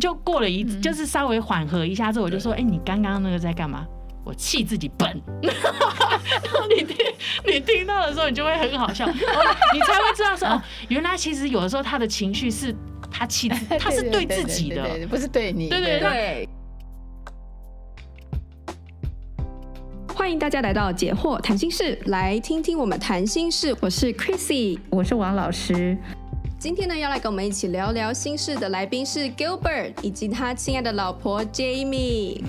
就过了一，嗯就是稍微缓和一下之后，我就说：“哎、你刚刚那个在干嘛？”我气自己笨。 然后你听你听到的时候，你就会很好笑，哦你才会知道说哦，原来其实有的时候他的情绪是他气自，他是对自己的。对对对不是对你。对对对。欢迎大家来到解惑谈心室，来听听我们谈心事。我是 Chrissy，我是王老师，今天呢要来跟我们一起聊聊心事的来宾是 Gilbert 以及他亲爱的老婆 Jamie。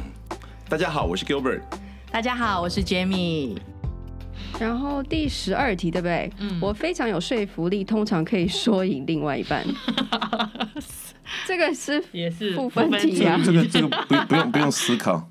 大家好，我是 Gilbert。大家好，我是 Jamie。然后第十二题，对不对？嗯我非常有说服力，通常可以说赢另外一半。 这个是也是不分题啊这个这个不不用不用思考，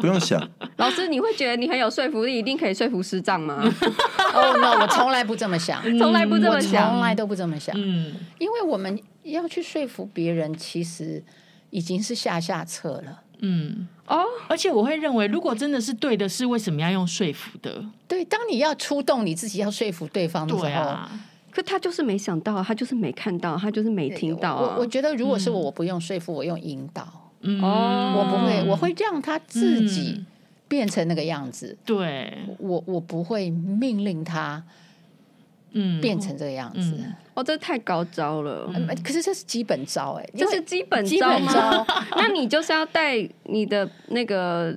不用想，老师，你会觉得你很有说服力，一定可以说服师长吗？哦、no，我从来不这么想，从嗯来不这嗯我么想。从来都不这么想， 嗯，因为我们要去说服别人，其实已经是下下策了。嗯哦，而且我会认为，如果真的是对的事，为什么要用说服的？对，当你要出动你自己要说服对方的时候，对啊，可他就是没想到，啊他就是没看到，他就是没听到啊我我。觉得如果是我，我不用说服，我用引导，嗯，哦我不会，我会让他自己嗯变成那个样子，对，我我不会命令他嗯，变成这个样子。嗯哦，这太高招了，呃可是这是基本招哎、因嗯这为是基本基招本吗？招， 那你就是要带你的那个。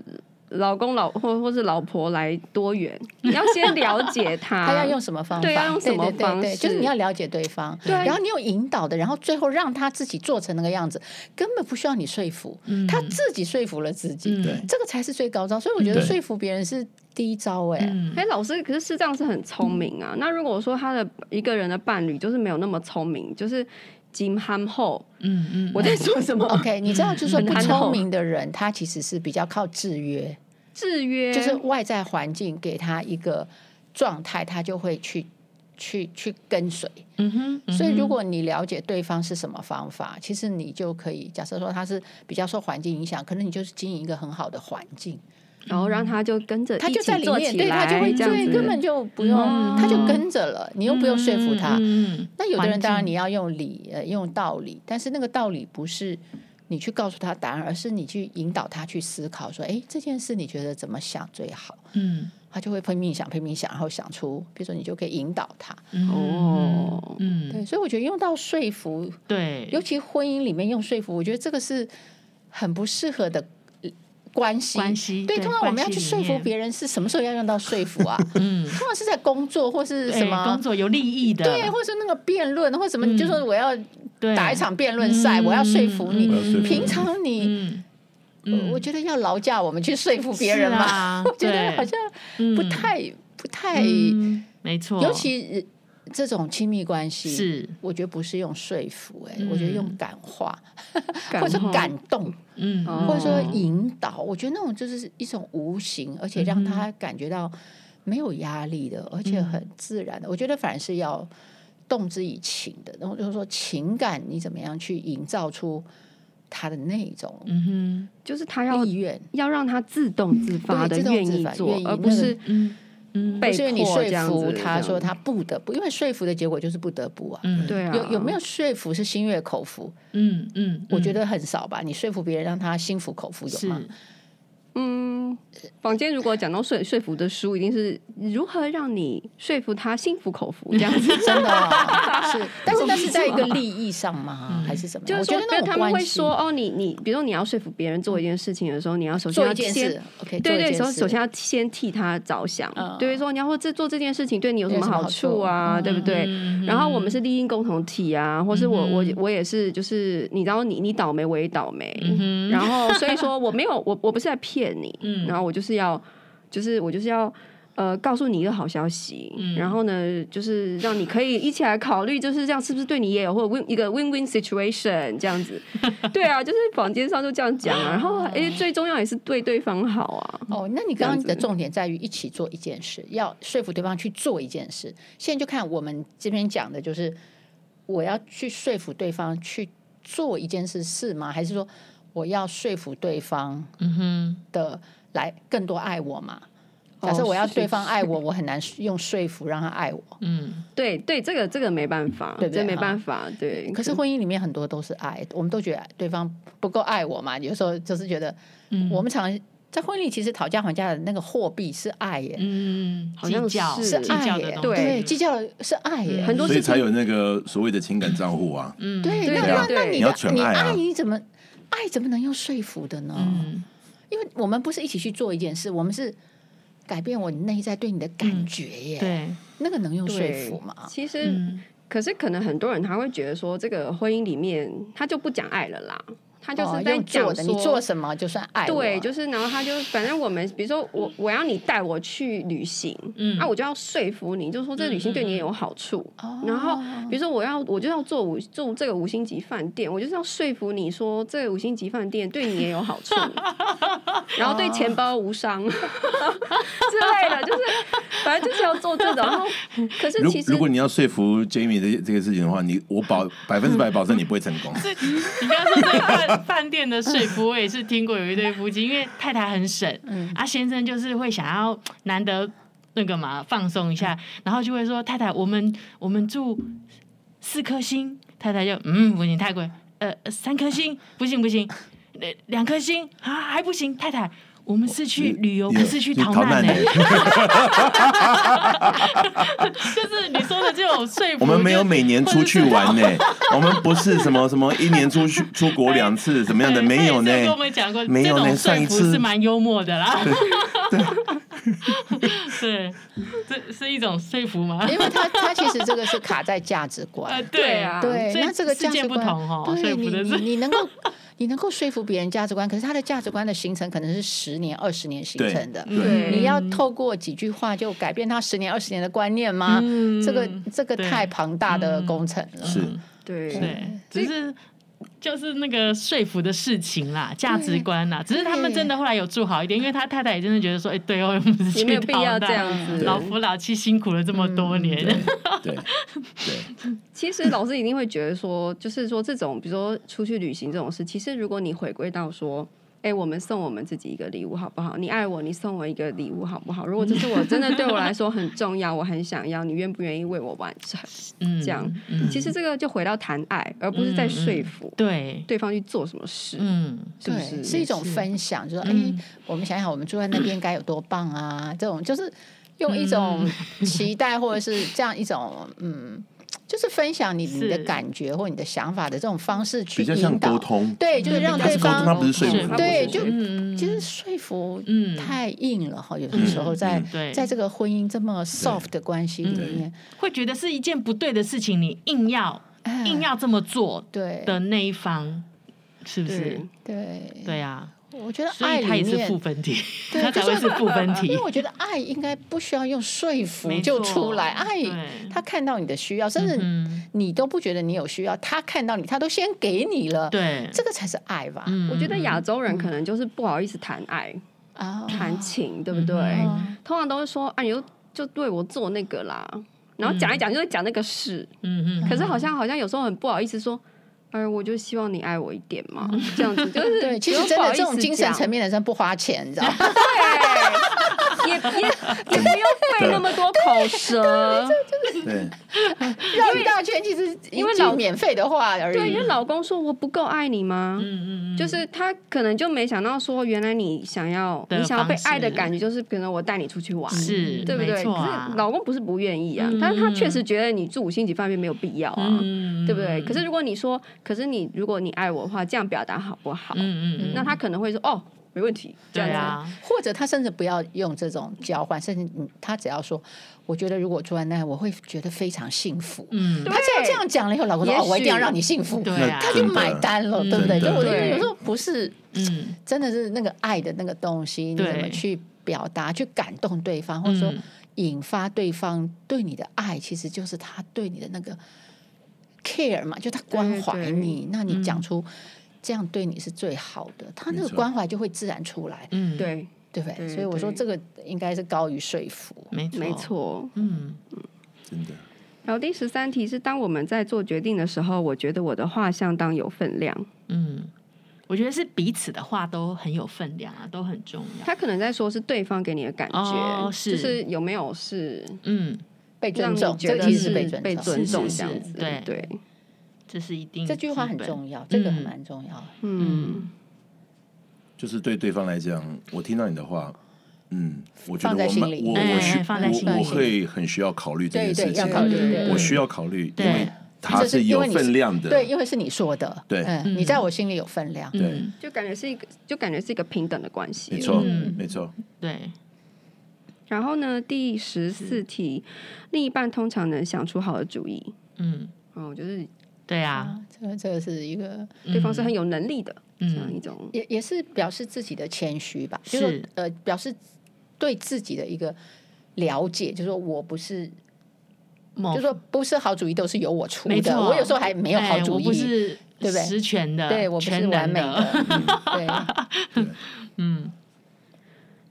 老公老或或是老婆来多远，你要先了解他， 他要用什么方法？啊对要用什么对对对方对式就是你要了解对方，对啊然后你有引导的，然后最后让他自己做成那个样子，根本不需要你说服，嗯他自己说服了自己，嗯对这个才是最高招。所以我觉得对说服别人是第一招、哎、嗯哎、老师，可是视障是很聪明嗯啊。那如果说他的一个人的伴侣就是没有那么聪明，就是金憨厚，嗯嗯，我在说 什么？ OK，你知道，就是说嗯不很憨厚聪明的人，他其实是比较靠制约，制约就是外在环境给他一个状态，他就会去去去跟随。嗯哼，嗯哼所以，如果你了解对方是什么方法，其实你就可以假设说他是比较受环境影响，可能你就是经营一个很好的环境，然后让他就跟着他一就起在里做面，起对，他来，就会这样对，子根本就不用，嗯他就跟着了，你又不用说服他。嗯嗯那有的环人当然境你要用理，呃，用道理，但是那个道理不是你去告诉他答案，而是你去引导他去思考，说，哎，这件事你觉得怎么想最好？嗯他就会拼命想，拼命想，然后想出，比如说你就可以引导他。嗯哦，嗯，对，所以我觉得用到说服对，尤其婚姻里面用说服，我觉得这个是很不适合的呃关系。关系对，对通常我们要去说关系里服面别人是什么时候要用到说 服啊？嗯，通常是在工作或是对什么工。作有利益的，对，或是那个辩论，或什么，你就嗯说我要对打一场辩论赛，我要说服你。我要说服你平常你，嗯呃我觉得要劳驾我们去说服别人嘛，嘛， 我觉得对好像嗯不太不太，嗯没错，哎尤其呃这种亲密关系，是我觉得不是用说服，哎，我觉得用感化感或者化感动，嗯，哦或者说引导，我觉得那种就是一种无形，而且让嗯他感觉到没有压力的，而且很自然的。我觉得反而是要动之以情的，然后就是说情感你怎么样去营造出他的那种嗯就是他要意愿，要让他自动自发的对自动愿自意发做愿意，而不是哼，那嗯嗯，被不是因为你迫这说样服子。他说这样他不得不，因为说服的结果就是不得不啊。嗯，对啊，有有没有说服是心悦口服？嗯嗯，我觉得得很少吧。你说服别人让他心服口服有是吗？嗯，房间如果讲到说说服的书，一定是如何让你说服他心服口服这样 子。 真的哦、是，但是那是在一个利益上吗？还是怎么嗯就样？是我觉说得，那种他们关会系说哦，你你，比如说你要说服别人做一件事情的时候，你要首先做要一件先事，OK，对做一对，件首事首先要先替他着想，嗯对于说你要说这做这件事情对你有什么好处啊，有什么好处对不对？嗯然后我们是嗯利益共同体啊，或是我我我也是，就是你知道你你倒霉我也倒霉，嗯哼然后所以说我没有我我不是在骗你，嗯然后我就是要就是我就是要。呃，告诉你一个好消息，嗯然后呢，就是让你可以一起来考虑，就是这样是不是对你也有或者 win 一个 win win situation 这样 子，对啊，就是坊间上就这样讲啊，然后诶，最重要也是对对方好啊，哦，那你刚刚的重点在于一起做一件事，要说服对方去做一件事。现在就看我们这边讲的，就是我要去说服对方去做一件事是吗？还是说我要说服对方嗯哼的来更多爱我嘛？假设哦我要是对方爱我，我很难用说服让他爱我。嗯，对对，这个这个没办法，对不对这没哈办法，对。可是婚姻里面很多都是爱，我们都觉得对方不够爱我嘛，有时候就是觉得，嗯我们常在婚礼其实讨价还价的那个货币是爱耶，嗯，好计像较是计爱较的耶，东西，嗯对，计较的是爱耶，很多所以事才情有那个所谓的情感账户啊。嗯，对，对那啊那那对你你要的全你爱啊爱你怎么爱怎么能用说服的呢？嗯，因为我们不是一起去做一件事，我们是改变我内在对你的感觉耶，对，那个能用说对服吗？其实，嗯可是可能很多人他会觉得说，这个婚姻里面他就不讲爱了啦，他就哦是在用讲做的，说，你做什么就算爱我，对，就是然后他就反正我们比如说我我要你带我去旅行，嗯啊，我就要说服你，就说这旅行对你也有好处。哦然后比如说我要我就要做五住这个五星级饭店，我就是要说服你说这个五星级饭店对你也有好处，然后对钱包无伤 之类的，就是反正就是要做这种。然后可是如其实如果你要说服 Jamie 这这个事情的话，你我保百分之百保证你不会成功。你刚刚说这个饭饭店的说服，我也是听过有一对夫妻，因为太太很省，啊先生就是会想要难得那个嘛放松一下，然后就会说太太，我们我们住四颗星，太太就嗯不行太贵，呃呃三颗星不行不行，呃两颗星啊还不行，太太。我们是去旅游，也不是去逃难呢、的。 就是你说的这种说服， 我们没有就每年出去玩呢或者是，我们不是什么什么一年出去出国两次怎么样的，对没有呢他也哎是跟我们讲过，，没有这呢，种说上一服次是蛮幽默的啦。 对，这是一种说服吗？因为他他其实这个是卡在价值 观，呃，对啊对，所以那这个世价界值不观同哦所以对不你能你是你能 够你能够说服别人价值观，可是他的价值观的形成可能是十年、二十年形对成嗯的。对你要透过几句话就改变他十年、二十年的观念吗？嗯这个这个对嗯太庞大的工程了。是对对，只是。就是那个说服的事情啦，价值观啦，只是他们真的后来有住好一点，因为他太太也真的觉得说，哎、对哦，我们是也去没有必逃要难这样子。老夫老妻辛苦了这么多年，对对，其实老师一定会觉得说，就是说这种，比如说出去旅行这种事，其实如果你回归到说，哎、我们送我们自己一个礼物好不好？你爱我，你送我一个礼物好不好？如果这是我真的对我来说很重要，我很想要，你愿不愿意为我完成？ 嗯，这样，嗯其实这个就回到谈爱，而不是在说服对，对方去做什么事，嗯，是不对，是？是一种分享，就是哎、嗯我们想想我们住在那边该有多棒啊！这种就是用一种嗯期待，或者是这样一种嗯，就是分享你你的是感觉或你的想法的这种方式去比较像引导沟。通，对，就是让它对是沟通，它方不是说是服。对它不就嗯，其实说服嗯太硬了哈，有的时候在嗯对嗯在这个婚姻这么 soft 的关系里面，会觉得是一件不对的事情，你硬要哎嗯硬要这么做对的那一方，是不是对？嗯对，对啊，我觉得所爱以它里也是负面，分题，对它才会是负分因题为。我觉得爱应该不需要用说 服没就错出来，哎爱对他看到你的需要，甚至嗯，你都不觉得你有需要，他看到你，他都先给你了，对，这个才是爱吧？嗯我觉得亚洲人可能就是不好意思谈爱、啊，谈情，对不对？嗯通常都会说啊，你就就对我做那个啦，然后讲一讲就会讲那个事，嗯嗯，可是好像好像有时候很不好意思说，哎，我就希望你爱我一点嘛，这样子就是嗯对，其有实时真候不的好意这思种精神讲层面的人不花钱，你知道吗？对， 也也也不用费那么多口舌，对，绕一大圈，其实因为一句老免费的话而已，对，因为老公说我不够爱你吗？嗯嗯嗯，就是他可能就没想到说，原来你想要的你想要被方式爱的感觉，就是比如说我带你出去玩，嗯是对不没对？错可啊是老公不是不愿意啊，嗯但是他确实觉得你住五星级饭店没有必要啊，嗯对不对？可是如果你说，可是你如果你爱我的话，这样表达好不好？嗯嗯嗯，那他可能会说哦，没问题，这对样子。啊，或者他甚至不要用这种交换，甚至嗯他只要说，我觉得如果住在那，我会觉得非常幸福。嗯，他只要这样讲了以后，老公说：“也哦，我一定要许让你幸福。”对啊他就买单了，真的对不对？就我嗯觉得对有时候不是，嗯，真的是那个爱的那个东西，你对怎么去表达、去感动对方，或者说嗯引发对方对你的爱，其实就是他对你的那个 care 嘛，就他关怀你。那你讲出这样对你是最好的，他那个没错关怀就会自然出来。嗯，，对，对不对？对所以我说对这个应该是高于说服。没错，没，错。嗯真的然后第十三题是，当我们在做决定的时候，我觉得我的话相当有分量。嗯，我觉得是彼此的话都很有分量啊，都很重要。他可能在说是对方给你的感觉，哦是就是有没有是嗯，被让尊你重，觉这得其实是被被尊重。尊重是是这样是子，对对，这是一定。这句话很重要，这个很蛮重要。嗯，就是对对方来讲，我听到你的话，嗯，我觉放在得我心蛮里我哎我需哎放在心我里我会很需要考虑这对件对，事要情，考虑，嗯对我需要考虑，对因为它就是因有为你分量的，对，因为是你说的，对嗯，嗯你在我心里有分量。对嗯，就感觉是一个，就感觉是一个平等的关系，没错嗯，没错，对，然后呢，第十四题，另一半通常能想出好的主意。嗯，哦，就是对啊，啊，这个这个是一个，对方是很有有能力的、这样嗯一种，也也是表示自己的谦虚吧，就是说呃，表示对自己的一个了解，就是说我不是，某就是说不是好主意都是由我哦出没的，错我有时候还没有好哎主我意，不是对不对十全的，对我不是全完能美的，的，对，嗯，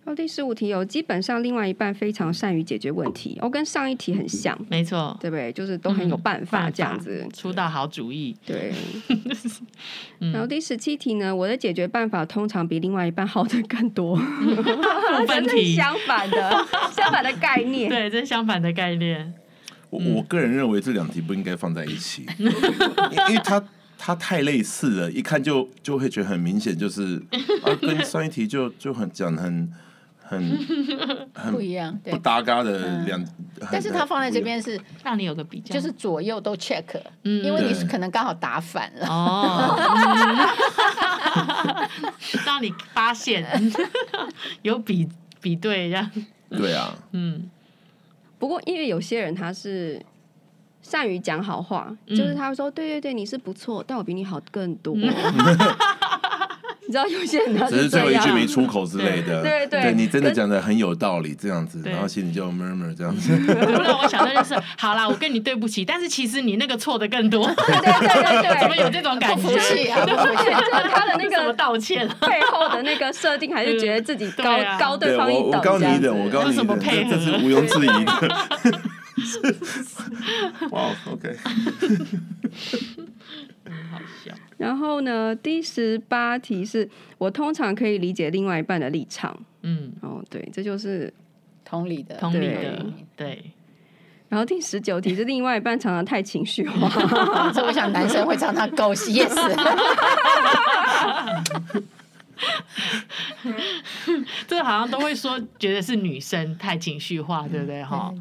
然后第十五题有，基本上另外一半非常善于解决问题，哦，跟上一题很像，没错，对不对？就是都很有嗯办法这样子。出到好主 意，对， 嗯然后第十七题呢，我的解决办法通常比另外一半好的更 多，不分这是题，相反 的，相反的概念。对，这是相反的概念，我我个人认为这两题不应该放在一起，嗯因因为它它太类似了，一看就就会觉得很明显，就是啊，跟上一题就就很讲得很 很不一样，对嗯不。搭嘎的两，很但是他放在这，边是让你有个比较，就是左右都 check，嗯因为你是对可能刚好打反了。 哦，嗯让你发现 有比比对这样，对啊，嗯不过，因为有些人他是善于讲好话，嗯就是他会说：“对对对，你是不错，但我比你好更 多。啊你知道有些人他只是最这后一样，句没出口之类的，对对对，对你真的讲的很有道理，这样子，对然后心里就 murmur 这样子，就让我想到就是，好啦，我跟你对不起，但是其实你那个错的更多，对对对对 怎么对，有这种感不觉服？气 啊！不服气啊就是他的那 怎么个道歉？背后的那个设定，还是觉得自己嗯高、对啊高对方一我等我高你一这样等，子我高这你是一什么等，这配这合是毋庸置疑的。哇，OK，好笑，然后呢，第十八题是我通常可以理解另外一半的立场。嗯，哦，对，这就是。同理的，同理的对，对，然后第十九题是另外一半常常太情绪化。所以我想男生会常常狗 屎 yes，这好像都会说，觉得是女生太情绪化，对不嗯对？哈，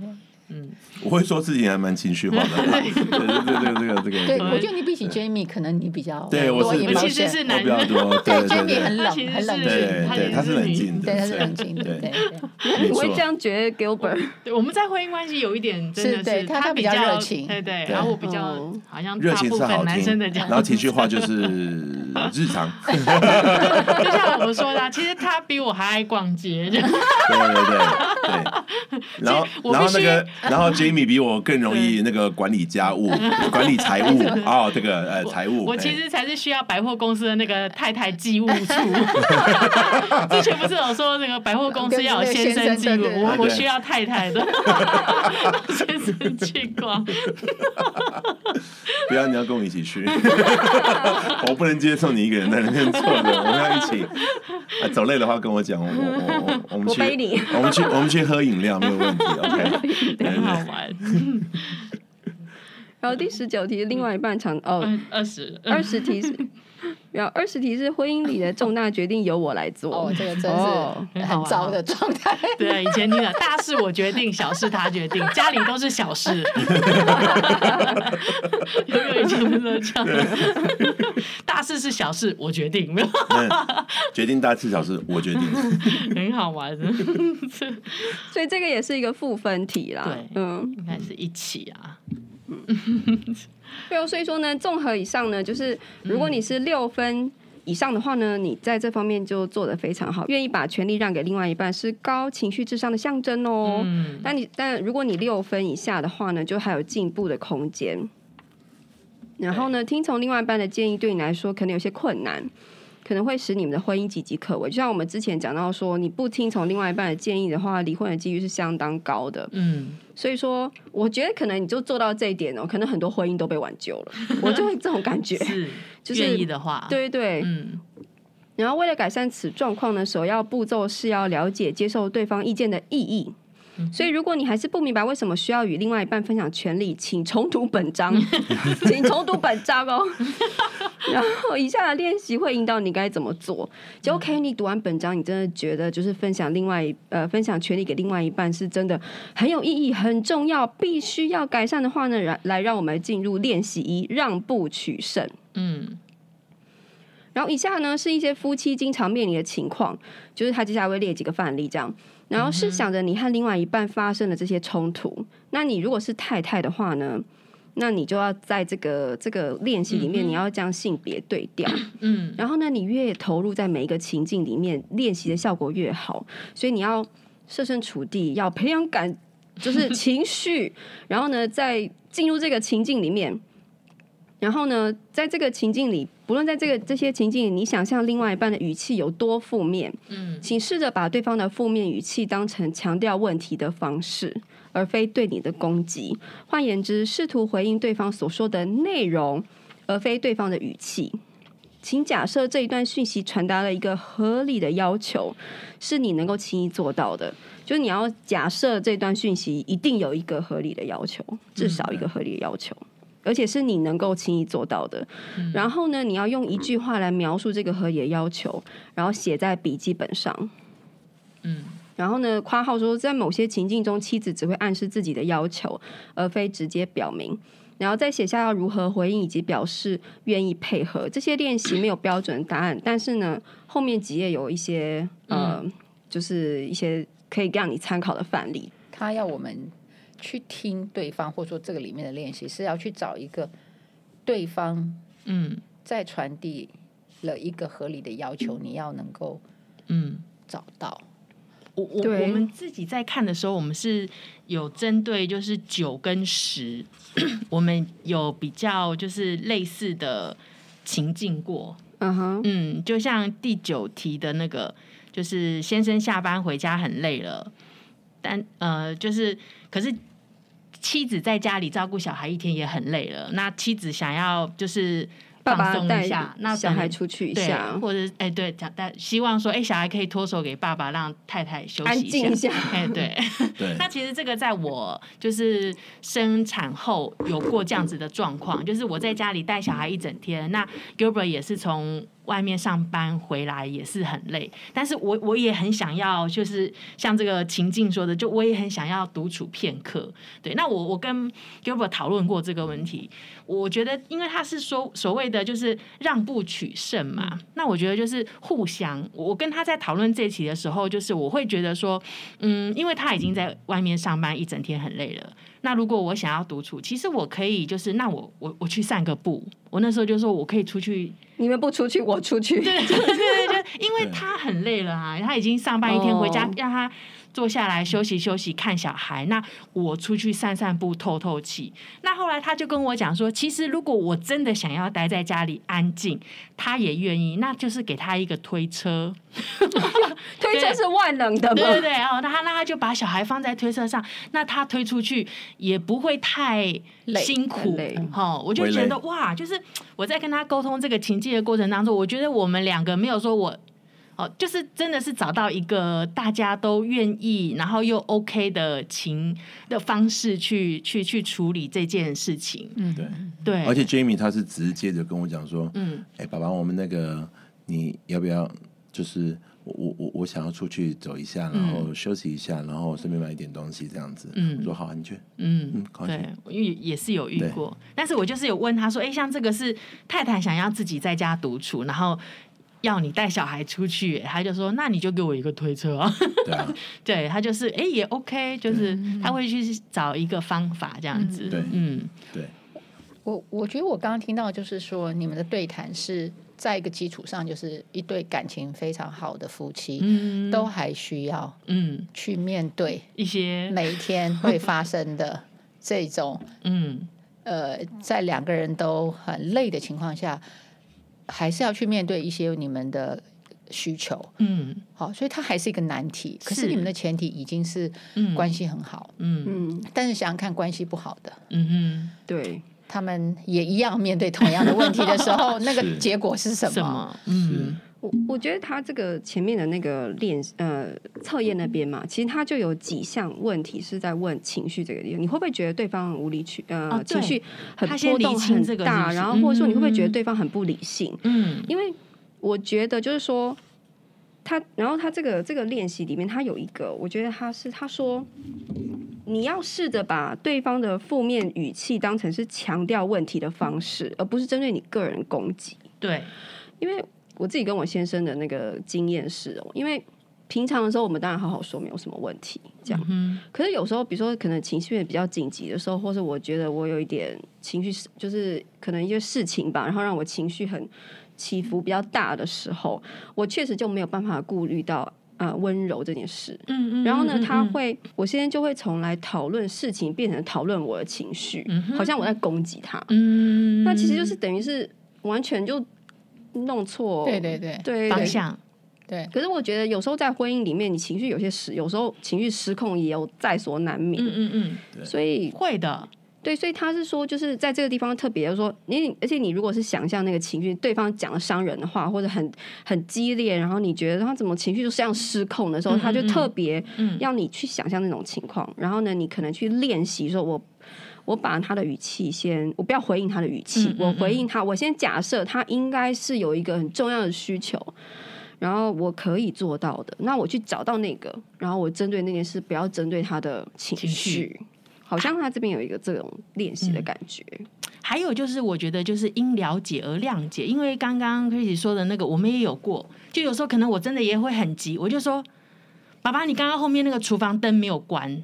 我会说自己还蛮情绪化的，对对对，这个这个这对，个，我觉得你比起 Jamie，可能你比较对我多是我一比较其毛实线，是我男比较人，多，对对 Jamie 对很他其冷，实是很冷静，对对，他是冷静的，对，他是冷静的，对对，对，没我会错这，样觉得 Gilbert，嗯对，我们在婚姻关系有一点真的是对他他他比较较热情哦对对，对然后我比较嗯好像热大情部是好分男生听，的讲然，后情绪化就是日常， 就像我说的啊，其实他比我还爱逛 街，就对对对对。 然后其实我然后必那须个 然后 Jamie 比我更容易那个管理 家务、管理财务哦，这个呃财务，我其实才是需要百货公司的那个太太寄物 处。之前不是有说那个百货公司要有先生寄物对对，对我我对需要太太的， 先生去逛。哎不要你要跟我一 起去， 我不能接受你一个人在那边坐着，我们要一起。啊走累的话跟我讲，我我我我们我去背你 我们去我们去喝饮料没 有问题，OK。很好 玩。然后第十九题是另外一半常哦，嗯二十，二十题 是，然后二十题是婚姻里的重大决定由我来做。哦，这个真哦是很糟的状态， 对，以前听了大事我决定，小事他决定，家里都是小事。 有没有以前不是这样？ 大事是小事，我决定，没 有决定大事小事我决定，很好玩的。所以这个也是一个赋分题啦。对嗯，应该是一起啊，对哦，所以说呢，综合以上呢，就是如果你是六分。以上的话呢，你在这方面就做得非常好，愿意把权力让给另外一半是高情绪智商的象征哦。嗯但你但如果你六分以下的话呢，就还有进步的空间。然后呢，听从另外一半的建议对你来说可能有些困难，可能会使你们的婚姻岌岌可危。就像我们之前讲到说，你不听从另外一半的建议的话，离婚的几率是相当高的。嗯，所以说，我觉得可能你就做到这一点哦，可 能很多婚姻都被挽救了。我就会这种感觉， 是就是愿意的话，啊对对对，嗯，然后为了改善此状况呢，首要步骤是要了解接受对方意见的意义。所以，如果你还是不明白为什么需要与另外一半分享权利，请重读本章，请重读本章哦。然后，以下的练习会引导你该怎么做。就 OK，你读完本章，你真的觉得就是分享另外一呃分享权利给另外一半是真的很有意义、很重要，必须要改善的话呢，来来让我们进入练习一，让步取胜。嗯然后以下呢是一些夫妻经常面临的情况，就是他接下来会列几个范例这样。然后试想着你和另外一半发生了这些冲突，那你如果是太太的话呢，那你就要在这个这个练习里面，你要将性别对调。嗯然后呢，你越投入在每一个情境里面，练习的效果越好。所以你要设身处地，要培养感，就是情绪。然后呢，在进入这个情境里面，然后呢，在这个情境里，不论在这个这些情境里，你想象另外一半的语气有多负面，嗯请试着把对方的负面语气当成强调问题的方式，而非对你的攻击。换言之，试图回应对方所说的内容，而非对方的语气。请假设这一段讯息传达了一个合理的要求，是你能够轻易做到的。就是你要假设这段讯息一定有一个合理的要求，至少一个合理的要求，而且是你能够轻易做到的。嗯然后呢，你要用一句话来描述这个合理的要求，然后写在笔记本上。嗯然后呢，括号说，在某些情境中，妻子只会暗示自己的要求，而非直接表明。然后再写下要如何回应以及表示愿意配合。这些练习没有标准答案，但是呢，后面几页有一些呃，嗯就是一些可以让你参考的范例。 他要我们去听对方，或者说这个里面的练习是要去找一个对方嗯再传递了一个合理的要求，你要能够嗯。找到。我我对我们自己在看的时候，我们是有针对就是九跟十，我们有比较就是类似的情境过。嗯哼，嗯，就像第九题的那个，就是先生下班回家很累了，但呃，就是可是妻子在家里照顾小孩一天也很累了，那妻子想要就是爸放爸松带一下，那小可能孩出去一对下，或者是哎对，讲但希望说哎小孩可以脱手给爸爸，让太太休安息静一下。 哎对。 对那其实这个在我就是生产后有过这样子的状况，就是我在家里带小孩一整天，那 Gilbert 也是从外面上班回来也是很累，但是我我也很想要，就是像这个情境说的，就我也很想要独处片刻。对，那我我跟 Gilbert 讨论过这个问题，我觉得因为他是说所谓的就是让步取胜嘛，那我觉得就是互相。我跟他在讨论这一期的时候，就是我会觉得说，嗯，因为他已经在外面上班一整天很累了。那如果我想要独处，其实我可以就是，那我我我去散个步。我那时候就说我可以出去，你们不出去，我出去。对对对对对，因为他很累了啊，他已经上班一天，哦回家让他坐下来休息休息，看小孩。那我出去散散步，透透气。那后来他就跟我讲说，其实如果我真的想要待在家里安静，他也愿意，那就是给他一个推车。 推车是万能的 对对吗？对，哦，那他那他就把小孩放在推车上，那他推出去也不会太累辛苦累，哈、我就会觉累得哇，就是我在跟他沟通这个情境的过程当中，我觉得我们两个没有说我。哦，就是真的是找到一个大家都愿意，然后又 OK 的情的方式去去去处理这件事情。对，对，而且 Jamie 他是直接就跟我讲说，嗯，哎、爸爸，我们那个你要不要？就是我我我我想要出去走一下，然后休息一下，然后顺便买一点东西这样子。嗯我说好啊，你去。嗯嗯高兴对，因为也是有遇对过，但是我就是有问他说，哎、像这个是太太想要自己在家独处，然后要你带小孩出去，他就说，那你就给我一个推车啊，对啊， 对他就是，哎、也 OK，就是他会去找一个方法这样子，对嗯对，我我觉得我刚刚听到就是说，你们的对谈是在一个基础上，就是一对感情非常好的夫妻，嗯都还需要嗯去面对一些每一天会发生的这种嗯呃，在两个人都很累的情况下，还是要去面对一些你们的需求。嗯好，所以它还是一个难题。可是是你们的前提已经是嗯关系很好，嗯嗯，但是想想看，关系不好的，嗯嗯对。他们也一样面对同样的问题的时候，那个是结果是什么？什么嗯我我觉得他这个前面的那个练呃测验那边嘛，其实他就有几项问题是在问情绪这个地方，你会不会觉得对方很无理取呃、哦对情绪很他先波动理清很大，这个是不是然后或者说你会不会觉得嗯对方很不理性？嗯因为我觉得就是说，他，然后他这个这个练习里面，他有一个，我觉得他是他说，你要试着把对方的负面语气当成是强调问题的方式，而不是针对你个人攻击。对，因为我自己跟我先生的那个经验是哦，因为平常的时候我们当然好好说，没有什么问题，这样。嗯可是有时候，比如说可能情绪也比较紧急的时候，或是我觉得我有一点情绪是，就是可能一些事情吧，然后让我情绪很起伏比较大的时候，我确实就没有办法顾虑到呃温柔这件事。嗯嗯然后呢，嗯他嗯会，我现在就会从来讨论事情变成讨论我的情绪，好像我在攻击他。嗯，那其实就是等于是完全就弄错，对对对对方对向，对，可是我觉得有时候在婚姻里面，你情绪有些失，有时候情绪失控也有在所难免。嗯嗯所以嗯，会的，对，所以他是说，就是在这个地方特别就是说，你而且你如果是想象那个情绪，对方讲了伤人的话，或者很很激烈，然后你觉得他怎么情绪就像失控的时候，嗯嗯他就嗯特别嗯要你去想象那种情况，然后呢，你可能去练习说，我我把他的语气先，我不要回应他的语气，嗯嗯我回应他，我先假设他应该是有一个很重要的需求。然后我可以做到的，那我去找到那个，然后我针对那件事，不要针对他的情情绪好像他这边有一个这种练习的感觉，还有就是，我觉得就是因了解而谅解，因为刚刚 Chris 说的那个，我们也有过，就有时候可能我真的也会很急，我就说：“爸爸，你刚刚后面那个厨房灯没有关。”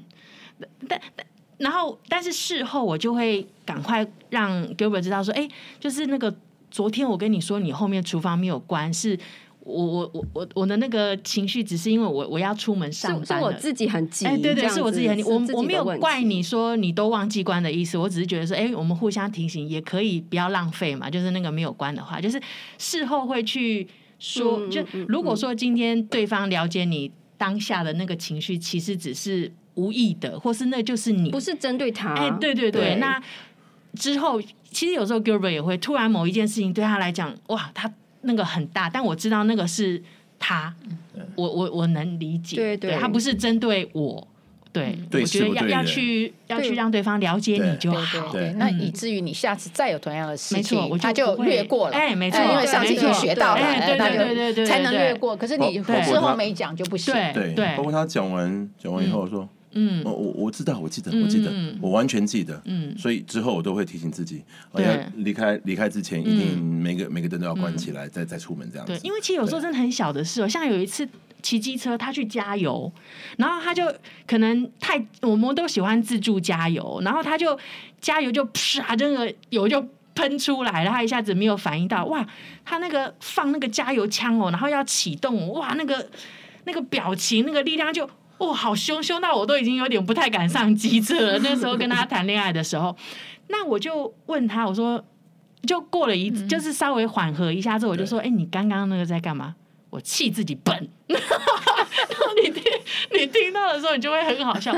但但然后，但是事后我就会赶快让 Gilbert 知道说：“哎，就是那个昨天我跟你说你后面厨房没有关，是我我我我我的那个情绪只是因为我我要出门上是是班我了。”自己很急，哎，对这对，样是我子自己很，是我己我没的有问题怪你说你都忘记关的意思，我只是觉得说，哎，我们互相提醒，也可以不要浪费嘛。就是那个没有关的话，就是事后会去说，嗯就嗯嗯如果说今天对方了解你当下的那个情绪，其实只是无意的，或是那就是你不是针对他，哎，对对对，啊对那之后其实有时候 Gilbert 也会突然某一件事情对他来讲，哇，他那个很大，但我知道那个是他，我我我能理解，嗯对对他不是针对我，对，对我觉得事不要对要人去要去对让对方了解你对就对好，对对，嗯那以至于你下次再有同样的事没错情，我就他就不会略过了，哎没因错为上次已经没错学到了，对哎对那对就对对对才能对略过。可是你包包括事后他没讲就不行，对对，包括他讲完讲完以后说，嗯哦，我我知道，我记得，我记得嗯嗯嗯，我完全记得。嗯所以之后我都会提醒自己，呃对嗯要离开离开之前，一定每个每个灯都要关起来，再再出门这样子。对，因为其实有时候对真的很小的事哦，像有一次骑机车，他去加油，然后他就可能太我们都喜欢自助加油，然后他就加油就啪，这个油就。喷出来，然后他一下子没有反应到，哇！他那个放那个加油枪哦，然后要启动哦，哇，那个那个表情，那个力量就哦，好凶，凶到我都已经有点不太敢上机车了。那时候跟他谈恋爱的时候，那我就问他，我说，就过了嗯一，就是稍微缓和一下之后，我就说，哎、你刚刚那个在干嘛？我气自己笨。 然后你听你听到的时候，你就会很好笑，哦、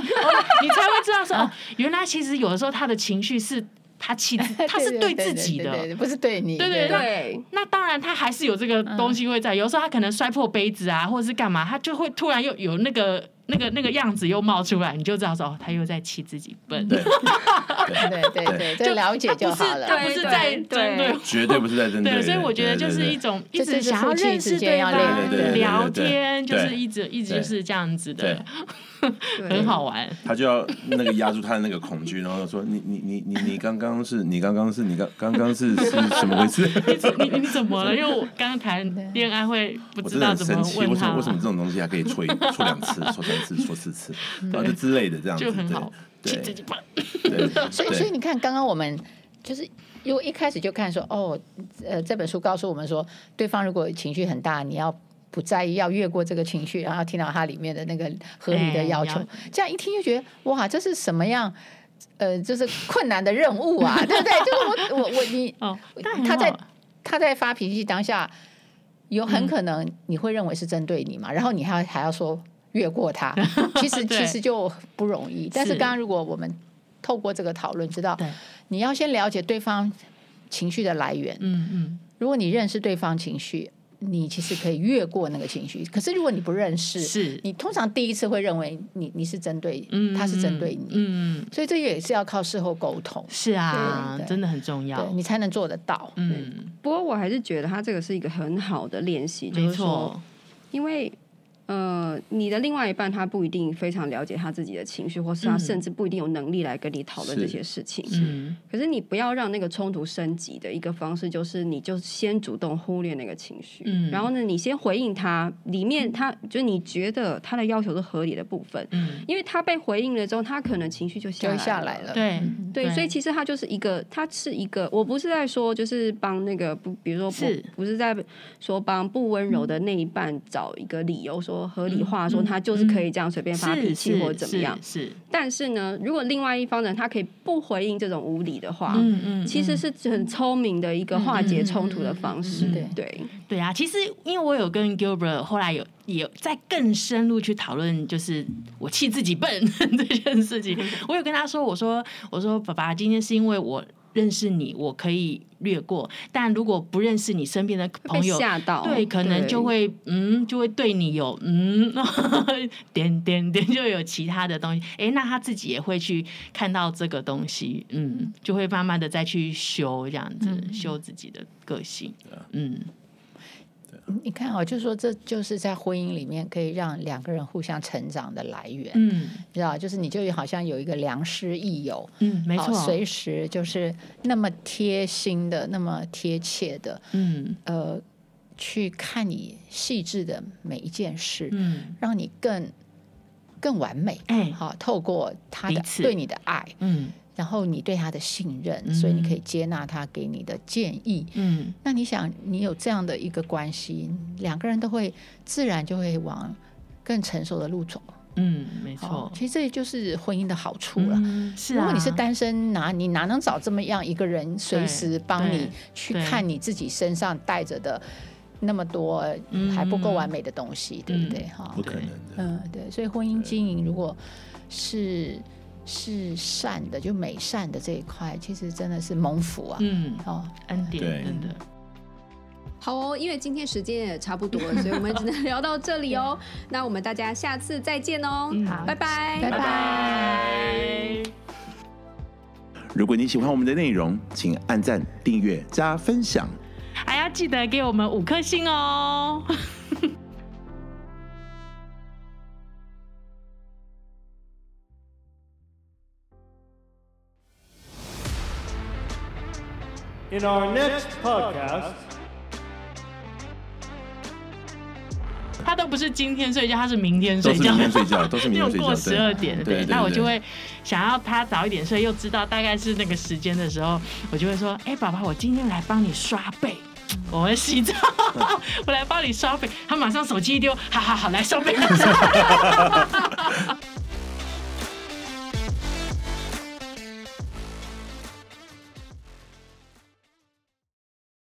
你才会知道说，哦，原来其实有的时候他的情绪是他气自， 他是对自己的。对对不是对你。对对对对那当然，他还是有这个东西会在。有时候他可能摔破杯子啊，或者是干嘛，他就会突然又有那个那个那个样子又冒出来，你就知道说哦，他又在气自己笨。对，对对对对，这了解就好了。他不是对在对针对对我。绝对不是在 针对，人所以我觉得对就是对对一种一这直就是想要夫妻认识之间要练方、对对对对聊对天，就对是一直一直就对是这样子的，对很好玩。他就要那个压住他的那个恐惧，然后说：“你你你你你刚刚是你刚刚是你刚刚刚是是什么回事？” 你你怎么 了？因为我刚刚谈恋爱会不我知真的道很怎生么气，问啊为什他么为，什么这种东西还可以戳一戳两次、戳三次、戳四次，然后就之类的这样子，就很好，气对自己笨。对对，所以，所以你看，刚刚我们就是如果一开始就看说，哦，呃，这本书告诉我们说，对方如果情绪很大，你要不在意，要越过这个情绪，然后听到它里面的那个合理的要求，哎了这样一听就觉得，哇，这是什么样？呃，就是困难的任务啊，对不对？就是我我我你哦，但很他在好嗯他在发脾气当下，有很可能你会认为是针对你嘛，然后你还还要说越 过他，其实对其实就不容易。但是是刚刚如果我们透过这个讨论知道对，你要先了解对方情绪的来源。嗯嗯如果你认识对方情绪，你其实可以越过那个情绪。可是如果你不认识，是，你通常第一次会认为你你是针对，嗯他是针对你，嗯，所以这也是要靠事后沟通，是啊对，对真的很重要对，你才能做得到。嗯，不过我还是觉得他这个是一个很好的练习，就没是说，错，因为呃，你的另外一半他不一定非常了解他自己的情绪，或是他嗯甚至不一定有能力来跟你讨论是这些事情。嗯，可是你不要让那个冲突升级的一个方式，就是你就先主动忽略那个情绪，嗯然后呢，你先回应他，里面他就是你觉得他的要求是合理的部分，嗯，因为他被回应了之后，他可能情绪就下就来会下来了，对对，所以其实它就是一个，它是一个，我不是在说就是帮那个不，比如说是不不是在说帮不温柔的那一半找一个理由说合理化，说他就是可以这样随便发是脾气嗯是或怎么样。是，是但是呢，如果另外一方人他可以不回应这种无理的话，嗯嗯，其实嗯是很聪明的一个化解冲突的方嗯式。嗯嗯嗯嗯对，对啊，其实因为我有跟 Gilbert 后来有也在更深入去讨论，就是我气自己笨 这件事 情，我有跟他说，我说我说爸爸，今天是因为我认识你，我可以略过，但如果不认识你身边的被哦朋友。吓到，对，可能就会嗯，就会对你有嗯 点点点，就有其他的东西。哎，那他自己也会去看到这个东西，嗯，就会慢慢的再去修这样子，嗯修自己的个性，嗯，你看哦，就是说这就是在婚姻里面可以让两个人互相成长的来源，嗯你知道，就是你就好像有一个良师益友，嗯，没好错，随时就是那么贴心的、那么贴切的，嗯呃，去看你细致的每一件事，嗯让你更更完美。哎好，透过他彼的此对你的爱，嗯然后你对他的信任，所以你可以嗯接纳他给你的建议。嗯那你想，你有这样的一个关系，两个人都会自然就会往更成熟的路走。嗯，没好错，其实这就是婚姻的好处了。嗯是啊，如果你是单身哪你哪能找这么样一个人随时帮对你去对看你自己身上带着的那么多嗯还不够完美的东西，对不对？哈不，可能的。嗯，对，所以婚姻经营如果是是善的，就美善的这一块，其实真的是蒙福啊。嗯哦，恩典对真的，好哦，因为今天时间也差不多了，所以我们只能聊 到这里哦。那我们大家下次再见哦，好拜拜，嗯拜拜。如果你喜欢我们的内容，请按赞、订阅、加分享。还要记得给我们五颗星哦。 In our next podcast, 他都不是今天睡觉，他是明天睡都是觉，明天睡觉都是明那 天种睡觉过十二点，对对对那我对就会想要他早一点睡，又知道大概是那个时间的时候，我就会说：“哎、爸爸，我今天来帮你刷背。”我们洗 澡， 我来帮你刷背。他马上手机一丢，好好好，来刷背。